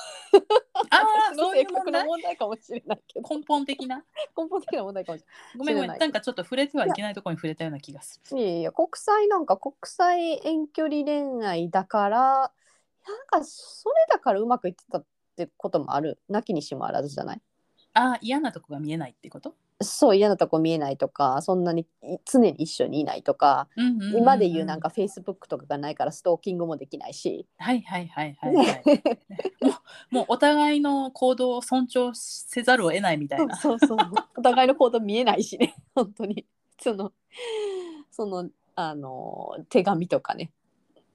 Speaker 1: あ、
Speaker 2: 私の
Speaker 1: そうい
Speaker 2: 性
Speaker 1: う問
Speaker 2: 格の
Speaker 1: 題。
Speaker 2: 問題かもしれないけど
Speaker 1: 根本的な。
Speaker 2: 根本的な問題かもし
Speaker 1: ごめんごめ。
Speaker 2: 知らなんい
Speaker 1: なんかちょっと触れてはいけないところに触れたような気がす
Speaker 2: れないいやいや国際なんか国際遠距離恋愛だからなんかそれだからうまくいってたってこともあるなきにしもあらずじゃない
Speaker 1: る。ああ、嫌なとこが見えないってこと？
Speaker 2: そう嫌なとこ見えないとかそんなにい常に一緒にいないとか
Speaker 1: うんうんうんうん
Speaker 2: 今で言うなんか。フェイスブックとかがないからストーキングもできないし、
Speaker 1: はいはいはいはい、 はい。もうお互いの行動を尊重せざるを得ないみたい な。
Speaker 2: そうそうお互いの行動見えないしね 本当にそのそのあの手紙とかね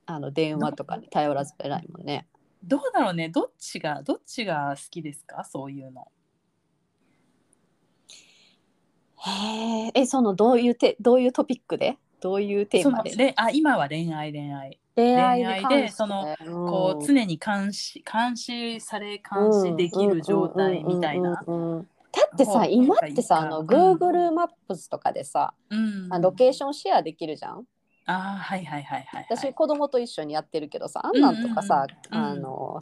Speaker 2: あの電話とかに頼らず偉いもんね
Speaker 1: どうだろうね。どっちがどっちが好きですか？そういうの。
Speaker 2: へええそのどういうてどういうトピックでどういうテーマ
Speaker 1: そ
Speaker 2: で
Speaker 1: のれあ今は恋愛恋愛。
Speaker 2: 恋
Speaker 1: 愛で
Speaker 2: 関して
Speaker 1: その
Speaker 2: うん
Speaker 1: こう常に監視監視され監視できる状態みたいな。
Speaker 2: うんうんうんうんうんだって
Speaker 1: 方
Speaker 2: さ
Speaker 1: が
Speaker 2: 今ってさあ
Speaker 1: い
Speaker 2: の
Speaker 1: いかうん
Speaker 2: Google マップスとかでさ、
Speaker 1: うん
Speaker 2: あロケーションシェアできるじゃん
Speaker 1: あーはいはいはいはい、はい。
Speaker 2: 私子供と一緒にやってるけどさあんなんとかさ、
Speaker 1: うんうんうんうん
Speaker 2: あの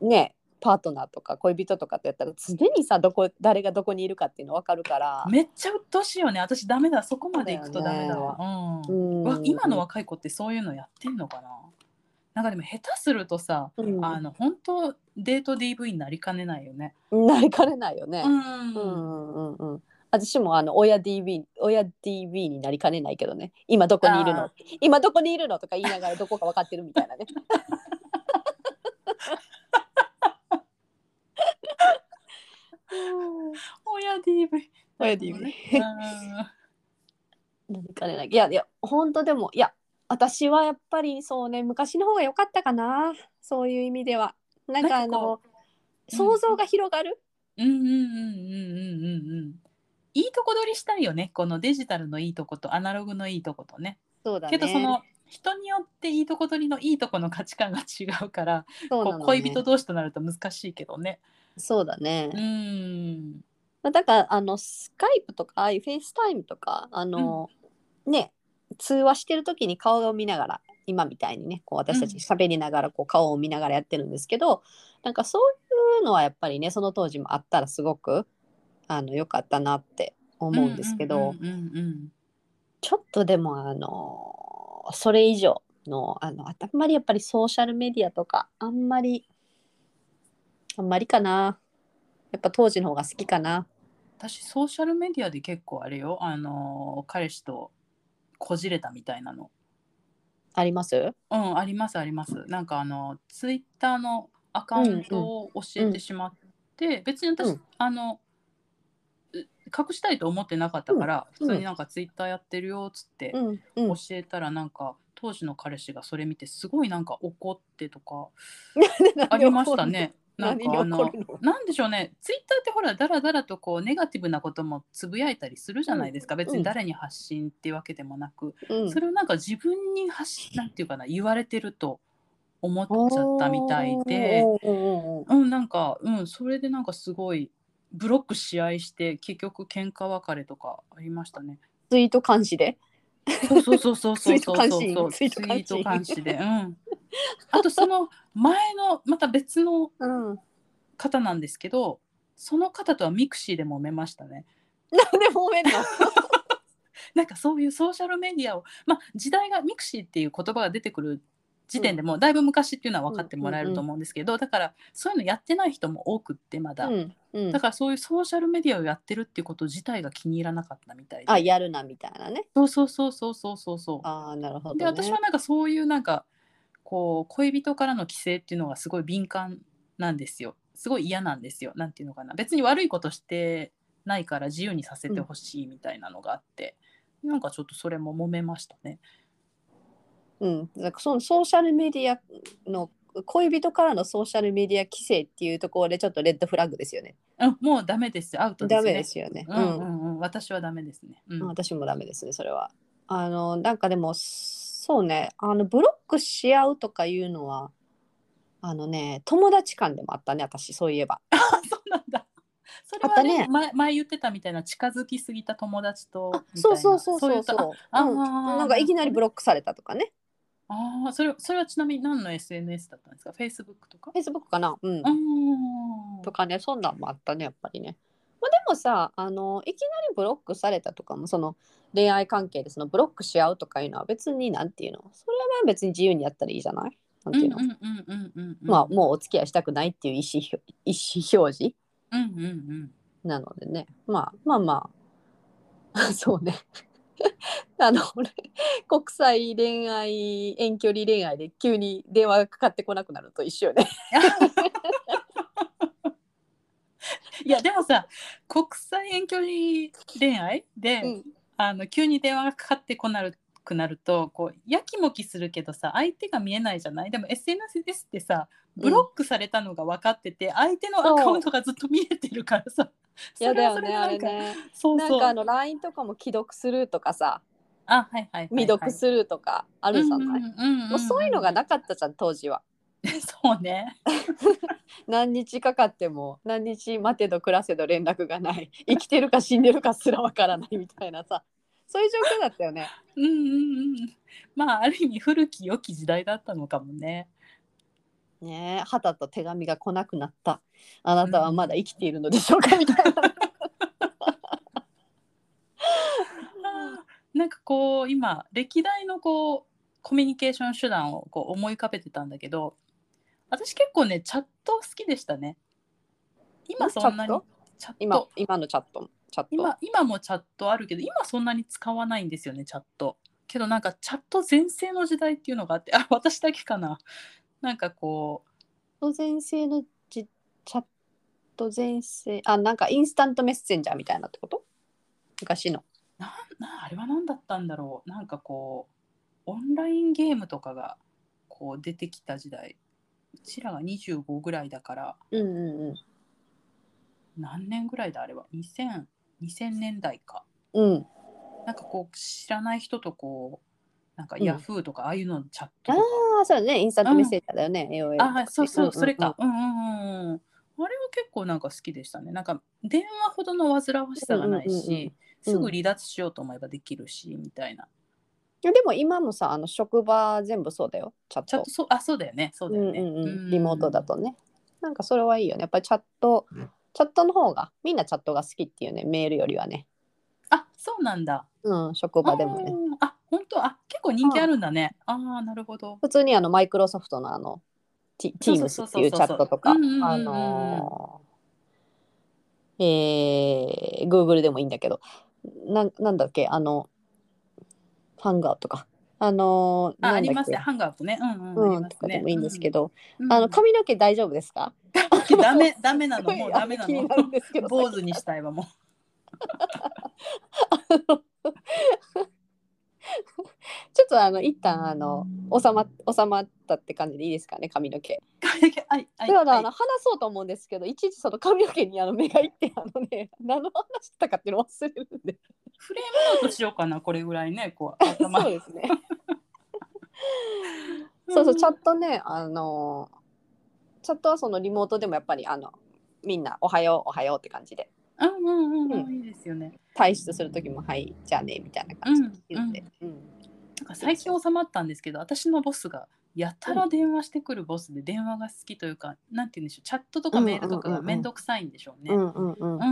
Speaker 2: ねパートナーとか恋人とかってやったら常にさどこ誰がどこにいるかっていうの分かるから、
Speaker 1: めっちゃ鬱陶しいよね私ダメだそこまで行くとダメだわ
Speaker 2: う
Speaker 1: う
Speaker 2: ん
Speaker 1: んわ今の若い子ってそういうのやってんのかななんかでも下手するとさ、
Speaker 2: うん
Speaker 1: あの本当デート DV になりかねないよね。
Speaker 2: なりかねないよね。
Speaker 1: う
Speaker 2: う、
Speaker 1: ん
Speaker 2: んうんうんうん私もあの親 DV 親 DV になりかねないけどね今どこにいる
Speaker 1: あ
Speaker 2: の今どこにいるのとか言いながらどこか分かってるみた いなね
Speaker 1: 親 DV。
Speaker 2: 親
Speaker 1: うん
Speaker 2: DV なりかねないいやいや本当でもいや私はやっぱりそうね昔の方が良かったかなそういう意味ではなんかあ
Speaker 1: なん
Speaker 2: の
Speaker 1: う
Speaker 2: 想像が広がる、
Speaker 1: うんうんうんうんうんうん。いいとこ取りしたいよねこのデジタルのいいとことアナログのいいとことね。
Speaker 2: そうだね
Speaker 1: けどその人によっていいとこ取りのいいとこの価値観が違うから
Speaker 2: そう
Speaker 1: こ
Speaker 2: なの
Speaker 1: う
Speaker 2: ね
Speaker 1: 恋人同士となると難しいけどね。
Speaker 2: そうだね、
Speaker 1: うん。
Speaker 2: まあだからあのスカイプとかああいうフェイスタイムとかあの、ね通話してる時に顔を見ながら今みたいにねこう私たち
Speaker 1: うん
Speaker 2: 喋りながらこう顔を見ながらやってるんですけど、なんかそういうのはやっぱりねその当時もあったらすごくあの良かったなって思うんですけど、
Speaker 1: うんうんうんうん
Speaker 2: ちょっとでもあのそれ以上のあのあんまりやっぱりソーシャルメディアとかあんまりあんまりかなやっぱ当時の方が好きかな。
Speaker 1: 私ソーシャルメディアで結構あれよあのー彼氏とこじれたみたいなの
Speaker 2: あります
Speaker 1: うんありますありますなんかあのツイッターのアカウントを教えてしまって、別に私、
Speaker 2: うん
Speaker 1: あのう隠したいと思ってなかったから、
Speaker 2: うん
Speaker 1: 普通になんかツイッターやってるよっつって
Speaker 2: うんう
Speaker 1: 教
Speaker 2: ん、
Speaker 1: えたらなんか当時の彼氏がそれ見てすごいなんか怒ってとかありましたね。なん
Speaker 2: 何
Speaker 1: か
Speaker 2: に
Speaker 1: あ
Speaker 2: 怒
Speaker 1: の
Speaker 2: るの
Speaker 1: なんでしょうねツイッターってほらだらだらとこうネガティブなこともつぶやいたりするじゃないですか、別に誰に発信ってわけでもなく、
Speaker 2: うん
Speaker 1: それをなんか自分に 発しなんていうかな言われてると思っちゃったみたいで、
Speaker 2: おーおーおーおー
Speaker 1: うん、なんか、うん、それでなんかすごいブロック試合して結局喧嘩別れとかありましたね。
Speaker 2: ツイート監視で
Speaker 1: そうそうそうそうそ うそうそうそう
Speaker 2: ツイート監視
Speaker 1: ツイート監視で、うん。あとその前のまた別の
Speaker 2: うんで
Speaker 1: 方なんですけどその方とはミクシーで揉めましたね
Speaker 2: 揉 めんの
Speaker 1: なんかそういうソーシャルメディアをまあ時代がミクシーっていう言葉が出てくる時点でもうだいぶ昔っていうのは分かってもらえると思うんですけど、だからそういうのやってない人も多くってまだ、
Speaker 2: うんうん
Speaker 1: だからそういうソーシャルメディアをやってるっていうこと自体が気に入らなかったみたいで
Speaker 2: あやるなみたいなね
Speaker 1: そうそうそうそうそうそうそう
Speaker 2: ああなるほど、ね、
Speaker 1: で私はなんかそういうなんかこう恋人からの規制っていうのがすごい敏感なんですよすごい嫌なんですよなんていうのかな別に悪いことしてないから自由にさせてほしいみたいなのがあって、なんかちょっとそれも揉めましたね
Speaker 2: うん、なんかそのソーシャルメディアの恋人からのソーシャルメディア規制っていうところでちょっとレッドフラッグですよね。
Speaker 1: うんもうダメですアウトです
Speaker 2: ダ
Speaker 1: ね
Speaker 2: メですよね。
Speaker 1: うんうんうん私はダメですね、うん、
Speaker 2: 私もダメですねそれは。あのなんかでもそうねあのブロックし合うとかいうのはあのね友達間でもあったね私そういえば。
Speaker 1: あ そうなんだそれは
Speaker 2: あっ
Speaker 1: ね
Speaker 2: たね
Speaker 1: 前前言ってたみたいな近づきすぎた友達とみたいな
Speaker 2: そうそうそうそう
Speaker 1: い
Speaker 2: そう
Speaker 1: と
Speaker 2: う。
Speaker 1: あ
Speaker 2: うん、
Speaker 1: あー
Speaker 2: なんかいきなりブロックされたとかね。
Speaker 1: ああそれそれはちなみに何の SNS だったんですか Facebook とか
Speaker 2: Facebook かな、うん、
Speaker 1: うん
Speaker 2: とかねそんなんもあったねやっぱりね。まあ、でもさあのいきなりブロックされたとかもその恋愛関係でそのブロックし合うとかいうのは別になんていうのそれはまあ別に自由にやったらいいじゃないなんていうの、
Speaker 1: うんうんうんうんうんうん
Speaker 2: まあもうお付き合いしたくないっていう意思表意思表示
Speaker 1: うんうんうん
Speaker 2: なのでねまあまあまあ そうねあの俺国際恋愛遠距離恋愛で急に電話がかかってこなくなると一緒よね
Speaker 1: いやでもさ国際遠距離恋愛で、
Speaker 2: うん
Speaker 1: あの急に電話がかかってこなるくなるとこうやきもきするけどさ相手が見えないじゃないでも SNS ってさブロックされたのが分かってて、相手のアカウントがずっと見えてるからさ
Speaker 2: やだよね
Speaker 1: それ
Speaker 2: あ
Speaker 1: はそ
Speaker 2: れ
Speaker 1: れでなんか
Speaker 2: ね
Speaker 1: そう
Speaker 2: な
Speaker 1: そ
Speaker 2: ん
Speaker 1: う
Speaker 2: かあの LINE とかも既読するとかさ
Speaker 1: あはいはいはいはい
Speaker 2: 未読するとかあるじゃない、
Speaker 1: うんうんうんうん
Speaker 2: もうそういうのがなかったじゃん当時は
Speaker 1: そうね
Speaker 2: 何日かかっても何日待てど暮らせど連絡が ない生きてるか死んでるかすらわからないみたいなさそういう状況だったよね
Speaker 1: うんうんうんまあある意味古き良き時代だったのかもね
Speaker 2: ねえ旗と手紙が来なくなったあなたはまだ生きているのでしょうかみたい な。
Speaker 1: なんかこう今歴代のこうコミュニケーション手段をこう思い浮かべてたんだけど私結構ねチャット好きでしたね今そんなに
Speaker 2: チャット
Speaker 1: チャット
Speaker 2: 今今のチャットチャット
Speaker 1: 今今もチャットあるけど今そんなに使わないんですよねチャットけどなんかチャット全盛の時代っていうのがあってあ私だけかななんかこう
Speaker 2: の前世のじチャット前世あなんかインスタントメッセンジャーみたいなってこと昔の。
Speaker 1: なあれは何だったんだろうなんかこうオンラインゲームとかがこう出てきた時代うちらが25ぐらいだから
Speaker 2: うんうん
Speaker 1: 何年ぐらいだあれは2000 2000年代か
Speaker 2: うん。うん。
Speaker 1: なんかこう知らない人とこうなんか
Speaker 2: うん
Speaker 1: ヤフーとかああいうのチャット
Speaker 2: あ
Speaker 1: とか、
Speaker 2: あそうだねインスタントメッセンジャーだよね。AOL
Speaker 1: あそうそう、それ。
Speaker 2: んん
Speaker 1: か
Speaker 2: ん
Speaker 1: うんうんうんうんあれは結構なんか好きでしたねなんか電話ほどの煩わしさがないし、
Speaker 2: うんうんうんうん
Speaker 1: すぐ離脱しようと思えばできるしみたいない
Speaker 2: やでも今もさあの職場全部そうだよチャット。
Speaker 1: チャットそうあそうだよねそうだよね、
Speaker 2: うんうんう、
Speaker 1: うんん
Speaker 2: リモートだとね。なんかそれはいいよね。やっぱりチャット、チャットの方が、みんなチャットが好きっていうね、メールよりはね。
Speaker 1: あそうなんだ
Speaker 2: うん、職場でも
Speaker 1: あ
Speaker 2: ね。
Speaker 1: ーあ本当あ結構人気あるんだねああーなるほど
Speaker 2: 普通にあの、マイクロソフトのあの、ティ
Speaker 1: そう
Speaker 2: Teams
Speaker 1: そうそう
Speaker 2: っ
Speaker 1: そ
Speaker 2: て
Speaker 1: う
Speaker 2: いうチャットとか、あ
Speaker 1: うんうんうんうん
Speaker 2: のー、えー、Google でもいいんだけど、なんなんだっけ、あの、ハンガーとか、あのー、
Speaker 1: あ
Speaker 2: なんだっ
Speaker 1: あ
Speaker 2: け
Speaker 1: りますねハンガーとねうんうん、あ
Speaker 2: う
Speaker 1: り
Speaker 2: ん、
Speaker 1: ま
Speaker 2: とか
Speaker 1: す
Speaker 2: で
Speaker 1: ね
Speaker 2: もいいんですけ、ど、
Speaker 1: うんうん
Speaker 2: あの、髪の毛大丈夫ですか
Speaker 1: ダメダメなのもうダメな
Speaker 2: すごいあの気に
Speaker 1: の
Speaker 2: なるんですけど
Speaker 1: 坊主にしたいわも
Speaker 2: ちょっとあの一旦あの収ま収まったって感じでいいですかね髪の毛。
Speaker 1: うはいはい
Speaker 2: ではあの
Speaker 1: はい
Speaker 2: 話 そうと思うんですけどいちいちその髪の毛にあの目がいってあのね 何の話したかっていうのを忘れるんで。
Speaker 1: フレームアウトしようかなこれぐらいねこう頭
Speaker 2: そうですね。そうそうチャットねあのチャットはそのリモートでもやっぱりあのみんなおはようおはようって感じで
Speaker 1: うんうんうん、
Speaker 2: う
Speaker 1: うん、いいですよね。
Speaker 2: 退出する時もはいじゃあねみたいな
Speaker 1: うん
Speaker 2: 感じ
Speaker 1: うん
Speaker 2: で。言うんで。うん
Speaker 1: なんか最近収まったんですけど私のボスがやたら電話してくるボスで電話が好きというかなんて言うんでしょうチャットとかメールとかが面倒くさいんでしょうね。
Speaker 2: う
Speaker 1: うん
Speaker 2: んうんうん
Speaker 1: うん、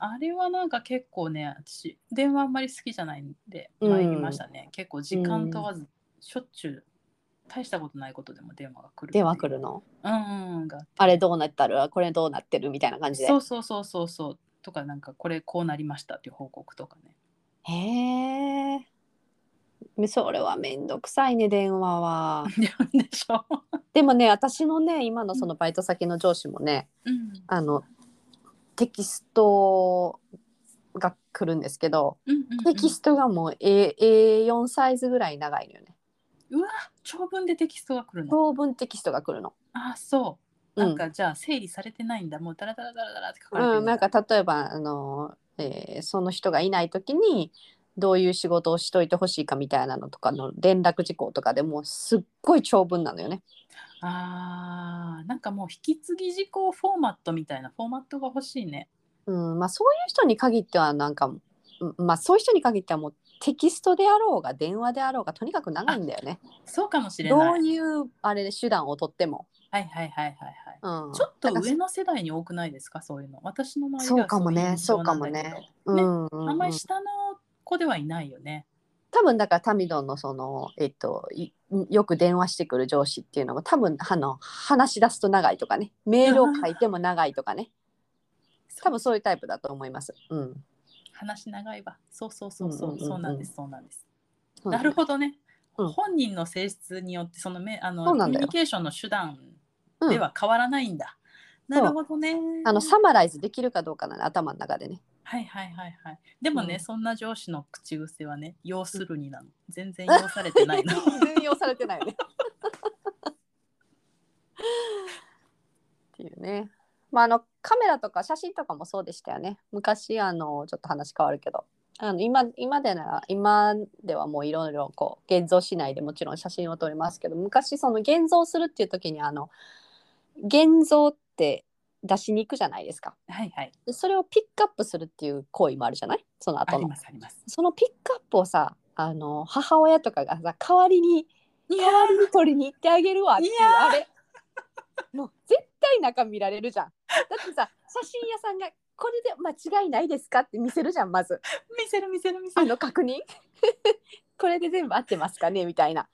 Speaker 1: あれはなんか結構ね私電話あんまり好きじゃないんで
Speaker 2: うん
Speaker 1: 参りましたね、結構時間問わずしょっちゅう大したことないことでも電話が来るっていう
Speaker 2: 電話来るの
Speaker 1: うんうんが
Speaker 2: あれどうなったるこれどうなってるみたいな感じで
Speaker 1: そうそうそうそうそうとかなんかこれこうなりましたっていう報告とか ね。
Speaker 2: へえ。めそれはめんどくさいね電話は
Speaker 1: やるんでしょ
Speaker 2: でもね私のね今のそのバイト先の上司もね
Speaker 1: うん
Speaker 2: あのテキストが来るんですけど
Speaker 1: うんうんう
Speaker 2: テ
Speaker 1: ん
Speaker 2: キストがもう A- A4 サイズぐらい長いのよね。
Speaker 1: 長文でテキストが来るの
Speaker 2: 長文テキストが来るの。
Speaker 1: あそう
Speaker 2: う
Speaker 1: なん
Speaker 2: ん
Speaker 1: かじゃあ整理されてないんだもうダラダラダラダラって書かれてる
Speaker 2: うん、なんか例えばあの、えーその人がいない時にどういう仕事をしといてほしいかみたいなのとかの連絡事項とかでもうすっごい長文なのよね。
Speaker 1: あーなんかもう引き継ぎ事項フォーマットみたいなフォーマットが欲しいね
Speaker 2: うん、まあそういう人に限ってはなんか、うんまあそういう人に限ってはもうテキストであろうが電話であろうがとにかく長いんだよね。
Speaker 1: そうかもしれ
Speaker 2: ど
Speaker 1: な
Speaker 2: う
Speaker 1: い
Speaker 2: いうあれで手段をとっても。
Speaker 1: はいはいはいはいはい
Speaker 2: うん、
Speaker 1: ちょっと
Speaker 2: なんか
Speaker 1: 上の世代に多くないですかそういうの私の周り
Speaker 2: そうかもね
Speaker 1: ではそういう印象なんだけ
Speaker 2: そうかもう
Speaker 1: ど
Speaker 2: んうんうん
Speaker 1: あんまり下の子ではいないよね
Speaker 2: 多分だからタミドンのその、えっと、いよく電話してくる上司っていうのも多分あの話し出すと長いとかねメールを書いても長いと かね多分そういうタイプだと思います。うん、
Speaker 1: 話長いわそうそうそうそう,、
Speaker 2: うんうんうんうん
Speaker 1: そうなんですそうなんです、なるほどね、
Speaker 2: うん
Speaker 1: 本人の性質によってそのめあの
Speaker 2: そ
Speaker 1: コ
Speaker 2: う
Speaker 1: ミ
Speaker 2: なん
Speaker 1: ュ
Speaker 2: だよ
Speaker 1: ニケーションの手段
Speaker 2: うん
Speaker 1: では変わらないんだ、
Speaker 2: そう
Speaker 1: なるほどね
Speaker 2: あのサマライズできるかどうかなの頭の中でね。
Speaker 1: はいはいはいはいでもね、
Speaker 2: うん
Speaker 1: そんな上司の口癖はね要するになの全然要されてないの
Speaker 2: 全用されてないよね。っていうね。まああのカメラとか写真とかもそうでしたよね。昔あのちょっと話変わるけど。あの今今でなら今ではもういろいろこう現像しないでもちろん写真を撮りますけど昔その現像するっていう時にあの現像って出しに行くじゃないですか
Speaker 1: はいはい
Speaker 2: でそれをピックアップするっていう行為もあるじゃないその
Speaker 1: あ
Speaker 2: 後
Speaker 1: り
Speaker 2: の
Speaker 1: ますあります
Speaker 2: そのピックアップをさあの母親とかがさ代わりに
Speaker 1: いや
Speaker 2: 代わりに取りに行ってあげるわっていう
Speaker 1: いやー
Speaker 2: あれもう絶対中見られるじゃんだってさ写真屋さんがこれで間違いないですかって見せるじゃんまず
Speaker 1: 見せる見せる見せ
Speaker 2: あ
Speaker 1: る
Speaker 2: の確認 これで全部合ってますかねみたいな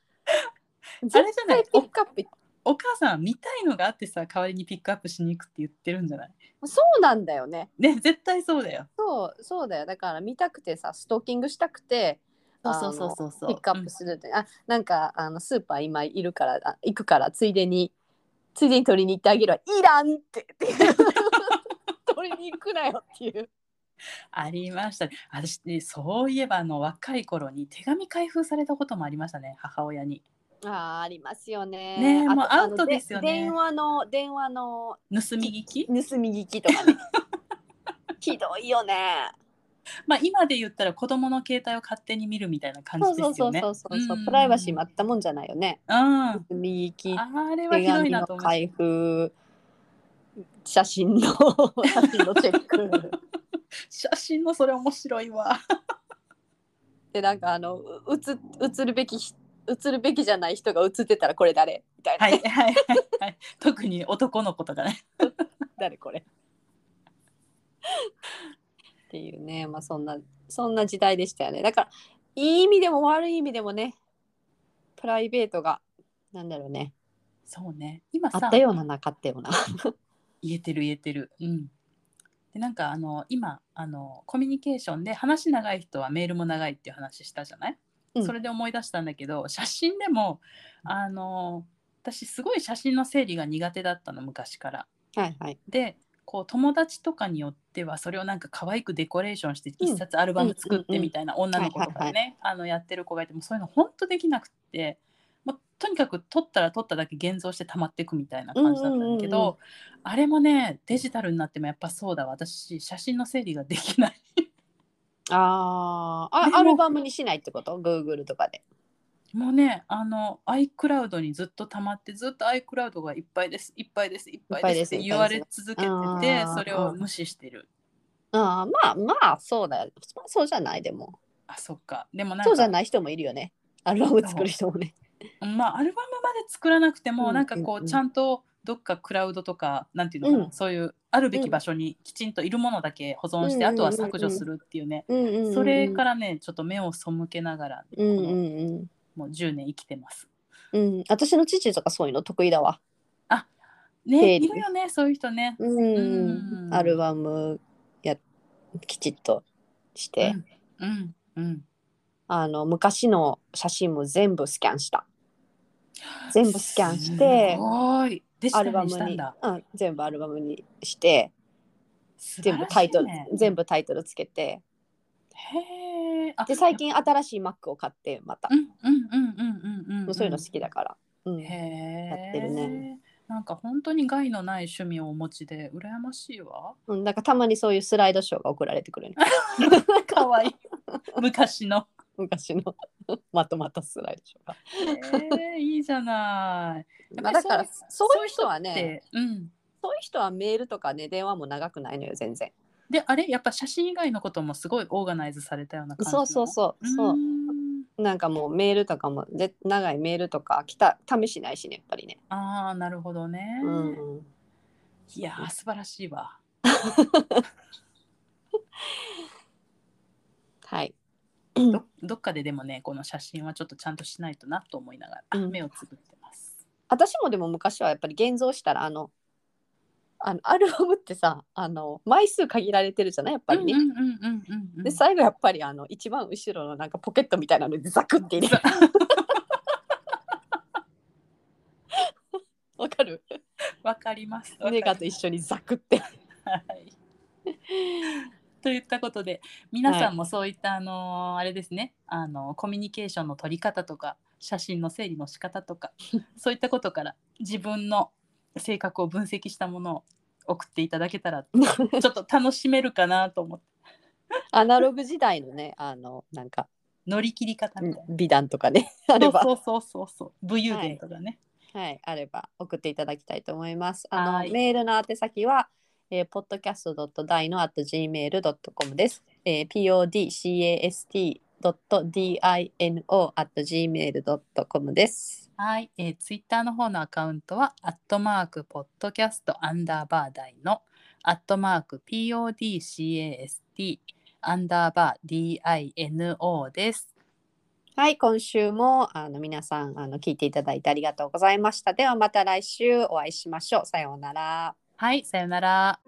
Speaker 2: 絶
Speaker 1: あれじゃない
Speaker 2: 対ピックアップ
Speaker 1: お母さん見たいのがあってさ代わりにピックアップしに行くって言ってるんじゃない
Speaker 2: そうなんだよね
Speaker 1: ね絶対そうだよ
Speaker 2: そうそうだよだから見たくてさストーキングしたくて
Speaker 1: そうそうそうそうそう
Speaker 2: ピックアップするって、あなんかあのスーパー今いるからあ行くからついでについでに取りに行ってあげるわいらんってっていう 取りに行くなよっていう
Speaker 1: ありましたね。私ね、そういえばあの若い頃に手紙開封されたこともありましたね、母親に。
Speaker 2: あーありますよね
Speaker 1: ねえ
Speaker 2: あと
Speaker 1: もう
Speaker 2: あの
Speaker 1: アウトですよね
Speaker 2: 電話の電話の
Speaker 1: 盗み聞き
Speaker 2: 盗み聞きとか ねひどいよね
Speaker 1: まあ今で言ったら子供の携帯を勝手に見るみたいな感
Speaker 2: そう
Speaker 1: じで
Speaker 2: そう
Speaker 1: す
Speaker 2: そ
Speaker 1: よ
Speaker 2: う
Speaker 1: ね
Speaker 2: そう。そうそう
Speaker 1: うん
Speaker 2: プライバシー全ったもんじゃないよね
Speaker 1: うん。あ
Speaker 2: 盗み聞き
Speaker 1: れは
Speaker 2: 手
Speaker 1: ひどい
Speaker 2: 紙
Speaker 1: な
Speaker 2: の
Speaker 1: と思い
Speaker 2: 開封写真の 写真のチェック
Speaker 1: ます。写真のそれ面白 いわ。
Speaker 2: でなんかあのう写写るべきひ写るべきじゃない人が写ってたらこれ誰みたいな、
Speaker 1: はいはいはいはい。特に男の子とかね。
Speaker 2: 誰これ っていうねまあそんなそんな時代でしたよねだからいい意味でも悪い意味でもねプライベートがなんだろうね
Speaker 1: そうね。今
Speaker 2: あ
Speaker 1: さ
Speaker 2: った、ようななかったような
Speaker 1: 言えてる言えてる。うん。でなんかあの今あのコミュニケーションで話長い人はメールも長いっていう話したじゃない、
Speaker 2: うん
Speaker 1: それで思い出したんだけど写真でもあの私すごい写真の整理が苦手だったの昔から。
Speaker 2: はいはい
Speaker 1: でこう友達とかによってはそれをなんか可愛くデコレーションして一冊アルバム作ってみたいな女の子とかでねあのやってる子がいてもうそういうの本当できなくってもうとにかく撮ったら撮っただけ現像して溜まっていくみたいな感じだったんだけど、
Speaker 2: うんうんうん
Speaker 1: あれもねデジタルになってもやっぱそうだわ私写真の整理ができない
Speaker 2: あー
Speaker 1: でも
Speaker 2: あアルバムにしないってこと Google とかで
Speaker 1: もうねあの iCloud にずっと溜まってずっと iCloud がいっぱいですいっぱいですいっぱいですって言われ続けて
Speaker 2: いっぱいで
Speaker 1: て
Speaker 2: す
Speaker 1: それを無視してる。
Speaker 2: ああまあまあそうだよまあそうじゃないでも
Speaker 1: あそっかでもなんか
Speaker 2: そうじゃない人もいるよねアルバム作る人もね
Speaker 1: まあ、アルバムまで作らなくても、
Speaker 2: うん
Speaker 1: なんか
Speaker 2: う
Speaker 1: こ
Speaker 2: んう
Speaker 1: うんちゃんとどっかクラウドとかなんていうのかな、
Speaker 2: うん
Speaker 1: そういうあるべき場所にきちんといるものだけ保存して、
Speaker 2: うん
Speaker 1: あとは削除するっていうね、
Speaker 2: うんうん
Speaker 1: それかららねちょっと目を背けながら
Speaker 2: うんうんうん
Speaker 1: もう10年生きてます。
Speaker 2: うん、私の父とかそういうの得意だわ。
Speaker 1: ね
Speaker 2: 整理
Speaker 1: いるよねそういう人ね。
Speaker 2: うん
Speaker 1: うん
Speaker 2: アルバムやきちっとして、
Speaker 1: うんうん
Speaker 2: あの昔の写真も全部スキャンした。全部スキャンして
Speaker 1: す、ごいデジ
Speaker 2: ア
Speaker 1: タ
Speaker 2: ル
Speaker 1: ル
Speaker 2: バ
Speaker 1: にし
Speaker 2: ム
Speaker 1: たん
Speaker 2: に
Speaker 1: だ、。
Speaker 2: うん、全部アルバムにして、
Speaker 1: 素晴
Speaker 2: 全部
Speaker 1: ら
Speaker 2: タイ
Speaker 1: しい
Speaker 2: トル、
Speaker 1: ね
Speaker 2: 全部タイトルつけて、
Speaker 1: へえ。あ
Speaker 2: で最。近新しい Mac を買ってまた、
Speaker 1: うんうんうんうんうんうん、
Speaker 2: もうそういうの好きだから。うん、
Speaker 1: へー
Speaker 2: やってるね。
Speaker 1: なんか本当に害のない趣味をお持ちで羨ましい わ。
Speaker 2: うん、なんかたまにそういうスライドショーが送られてくるね。
Speaker 1: 可愛いい。昔の。
Speaker 2: 昔の まとまったスライドショーが。
Speaker 1: えー、いいじゃない。
Speaker 2: まあ、だからそういう人はね。
Speaker 1: そういう人ってうん。
Speaker 2: そういう人はメールとかね電話も長くないのよ全然。
Speaker 1: であれやっぱ写真以外のこともすごいオーガナイズされたような感じな
Speaker 2: そ
Speaker 1: の。
Speaker 2: うそうそう
Speaker 1: う
Speaker 2: そ
Speaker 1: ー。
Speaker 2: うんなんかもうメールとかもぜ長いメールとか来た試しないしねやっぱりね。
Speaker 1: ああなるほどね。
Speaker 2: うんうん、
Speaker 1: いやー素晴らしいわ。
Speaker 2: はい。
Speaker 1: どどっかででもねこの写真はちょっとちゃんとしないとなと思いながら
Speaker 2: うん
Speaker 1: 目をつぶってます。
Speaker 2: 私もでも昔はやっぱり現像したらあのあのアルバムってさあの枚数限られてるじゃないやっぱりね。
Speaker 1: うんうんうんうんうんうん。
Speaker 2: で最後やっぱりあの一番後ろのなんかポケットみたいなのでザクって入れ る。わかる
Speaker 1: わかります。
Speaker 2: ネガと一緒にザク って。
Speaker 1: はい。といったことで皆さんもそういった、あのーあれですねあのーコミュニケーションの取り方とか写真の整理の仕方とかそういったことから自分の性格を分析したものを送っていただけ たらちょっと楽しめるかなと思って
Speaker 2: アナログ時代のねあのなんか
Speaker 1: 乗り切り方みたいな。
Speaker 2: 美談とかねあれば
Speaker 1: そうそうそうそう武勇伝とかね、
Speaker 2: はいあれば送っていただきたいと思いますあ
Speaker 1: は
Speaker 2: の
Speaker 1: い
Speaker 2: メールの宛先は、えー、podcast.dino.gmail.com です、えー、podcast.dino.gmail.com です
Speaker 1: はい、えー、ツイッターの方のアカウントは、アットマーク、ポッドキャスト、アンダーバー台の、アットマーク、PODCAST、アンダーバー DINO です。
Speaker 2: はい、今週もあの皆さんあの聞いていただいてありがとうございました。ではまた来週お会いしましょう。さようなら。
Speaker 1: はい、さよなら。